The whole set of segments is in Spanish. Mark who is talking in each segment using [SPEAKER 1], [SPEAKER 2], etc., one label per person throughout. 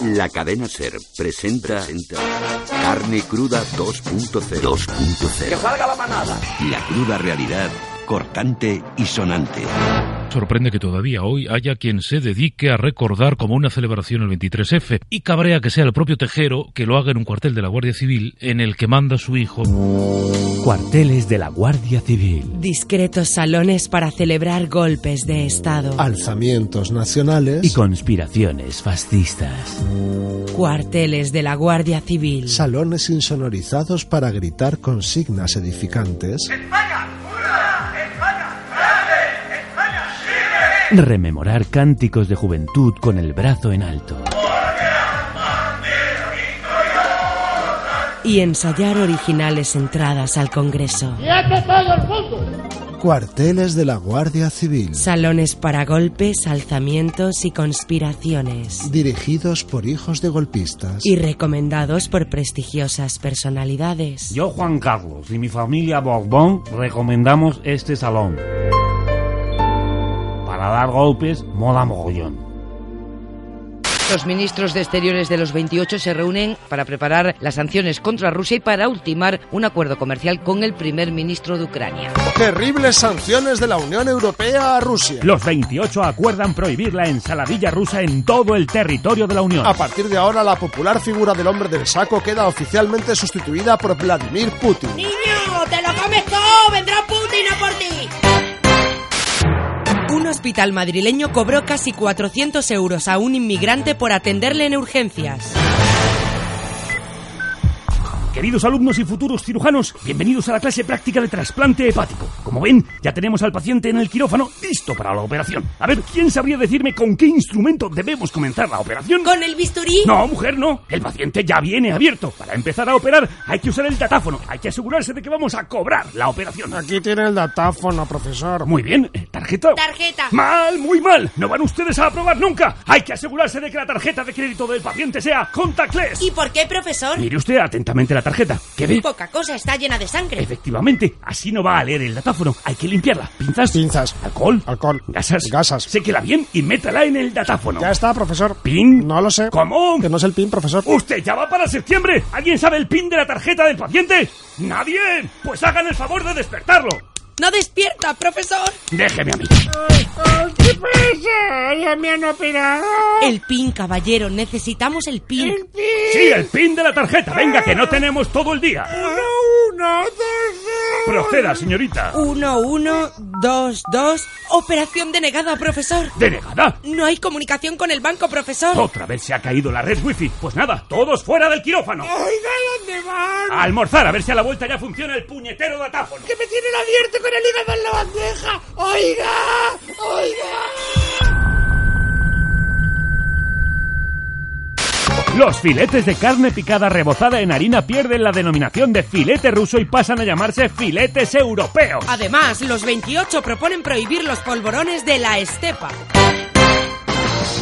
[SPEAKER 1] La cadena Ser presenta, Carne Cruda 2.0. 2.0.
[SPEAKER 2] ¡Que salga la manada!
[SPEAKER 1] La cruda realidad, cortante y sonante.
[SPEAKER 3] Sorprende que todavía hoy haya quien se dedique a recordar como una celebración el 23F y cabrea que sea el propio Tejero que lo haga en un cuartel de la Guardia Civil en el que manda su hijo.
[SPEAKER 4] Cuarteles de la Guardia Civil.
[SPEAKER 5] Discretos salones para celebrar golpes de Estado.
[SPEAKER 6] Ah. Alzamientos nacionales.
[SPEAKER 4] Y conspiraciones fascistas.
[SPEAKER 5] Cuarteles de la Guardia Civil.
[SPEAKER 6] Salones insonorizados para gritar consignas edificantes.
[SPEAKER 7] ¡España! ¡Una! ¡España! ¡Grande! ¡España! ¡Libre!
[SPEAKER 4] Rememorar cánticos de juventud con el brazo en alto.
[SPEAKER 5] y ensayar originales entradas al Congreso.
[SPEAKER 6] Cuarteles de la Guardia Civil.
[SPEAKER 5] Salones para golpes, alzamientos y conspiraciones.
[SPEAKER 6] Dirigidos por hijos de golpistas.
[SPEAKER 5] Y recomendados por prestigiosas personalidades.
[SPEAKER 8] Yo, Juan Carlos, y mi familia Borbón recomendamos este salón. Para dar golpes, mola mogollón.
[SPEAKER 9] Los ministros de Exteriores de los 28 se reúnen para preparar las sanciones contra Rusia y para ultimar un acuerdo comercial con el primer ministro de Ucrania.
[SPEAKER 6] Terribles sanciones de la Unión Europea a Rusia.
[SPEAKER 10] Los 28 acuerdan prohibir la ensaladilla rusa en todo el territorio de la Unión.
[SPEAKER 6] A partir de ahora, la popular figura del hombre del saco queda oficialmente sustituida por Vladimir Putin.
[SPEAKER 11] ¡Niño, te lo comes todo! ¡Vendrá Putin a por ti!
[SPEAKER 5] Un hospital madrileño cobró casi 400 euros a un inmigrante por atenderle en urgencias.
[SPEAKER 10] Queridos alumnos y futuros cirujanos, bienvenidos a la clase práctica de trasplante hepático. Como ven, ya tenemos al paciente en el quirófano listo para la operación. A ver, ¿quién sabría decirme con qué instrumento debemos comenzar la operación?
[SPEAKER 11] ¿Con el bisturí?
[SPEAKER 10] No, mujer, no. El paciente ya viene abierto. Para empezar a operar hay que usar el datáfono. Hay que asegurarse de que vamos a cobrar la operación.
[SPEAKER 12] Aquí tiene el datáfono, profesor.
[SPEAKER 10] Muy bien. ¿eh? ¿Tarjeta?
[SPEAKER 11] Tarjeta.
[SPEAKER 10] Mal, muy mal. No van ustedes a aprobar nunca. Hay que asegurarse de que la tarjeta de crédito del paciente sea contactless.
[SPEAKER 11] ¿Y por qué, profesor?
[SPEAKER 10] Mire usted atentamente la tarjeta. ¿Qué ve?
[SPEAKER 11] Poca cosa, está llena de sangre.
[SPEAKER 10] Efectivamente. Así no va a leer el datáfono. Hay que limpiarla. Pinzas.
[SPEAKER 12] Pinzas.
[SPEAKER 10] Alcohol.
[SPEAKER 12] Alcohol.
[SPEAKER 10] Gasas.
[SPEAKER 12] Gasas.
[SPEAKER 10] Séquela bien y métala en el datáfono.
[SPEAKER 12] Ya está, profesor.
[SPEAKER 10] ¿Pin?
[SPEAKER 12] No lo sé.
[SPEAKER 10] ¿Cómo?
[SPEAKER 12] Que no es el pin, profesor.
[SPEAKER 10] ¿Usted ya va para septiembre? ¿Alguien sabe el pin de la tarjeta del paciente? ¡Nadie! Pues hagan el favor de despertarlo.
[SPEAKER 11] ¡No despierta, profesor!
[SPEAKER 10] Déjeme a mí.
[SPEAKER 12] Ay, ay, ¿Qué pasa? Ya me han operado.
[SPEAKER 5] El pin, caballero. Necesitamos el pin.
[SPEAKER 12] ¡El pin!
[SPEAKER 10] Sí, el pin de la tarjeta. Venga, que no tenemos todo el día.
[SPEAKER 12] Uno, uno, dos, dos.
[SPEAKER 10] Proceda, señorita.
[SPEAKER 5] Uno, uno, dos, dos. Operación denegada, profesor.
[SPEAKER 10] ¿Denegada?
[SPEAKER 5] No hay comunicación con el banco, profesor.
[SPEAKER 10] Otra vez se ha caído la red wifi. Pues nada, todos fuera del quirófano.
[SPEAKER 12] Oiga, ¿dónde van?
[SPEAKER 10] A almorzar, a ver si a la vuelta ya funciona el puñetero datáfono.
[SPEAKER 12] ¡Que me tienen abierto con el hígado en la bandeja! ¡Oiga! ¡Oiga!
[SPEAKER 10] Los filetes de carne picada rebozada en harina pierden la denominación de filete ruso y pasan a llamarse filetes europeos.
[SPEAKER 5] Además, los 28 proponen prohibir los polvorones de la estepa.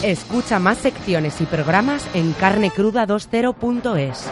[SPEAKER 9] Escucha más secciones y programas en carnecruda20.es.